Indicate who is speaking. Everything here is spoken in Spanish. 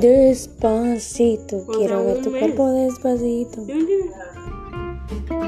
Speaker 1: Despacito,
Speaker 2: Contra
Speaker 1: quiero ver
Speaker 2: un
Speaker 1: tu
Speaker 2: mes.
Speaker 1: cuerpo despacito.
Speaker 2: De un libro.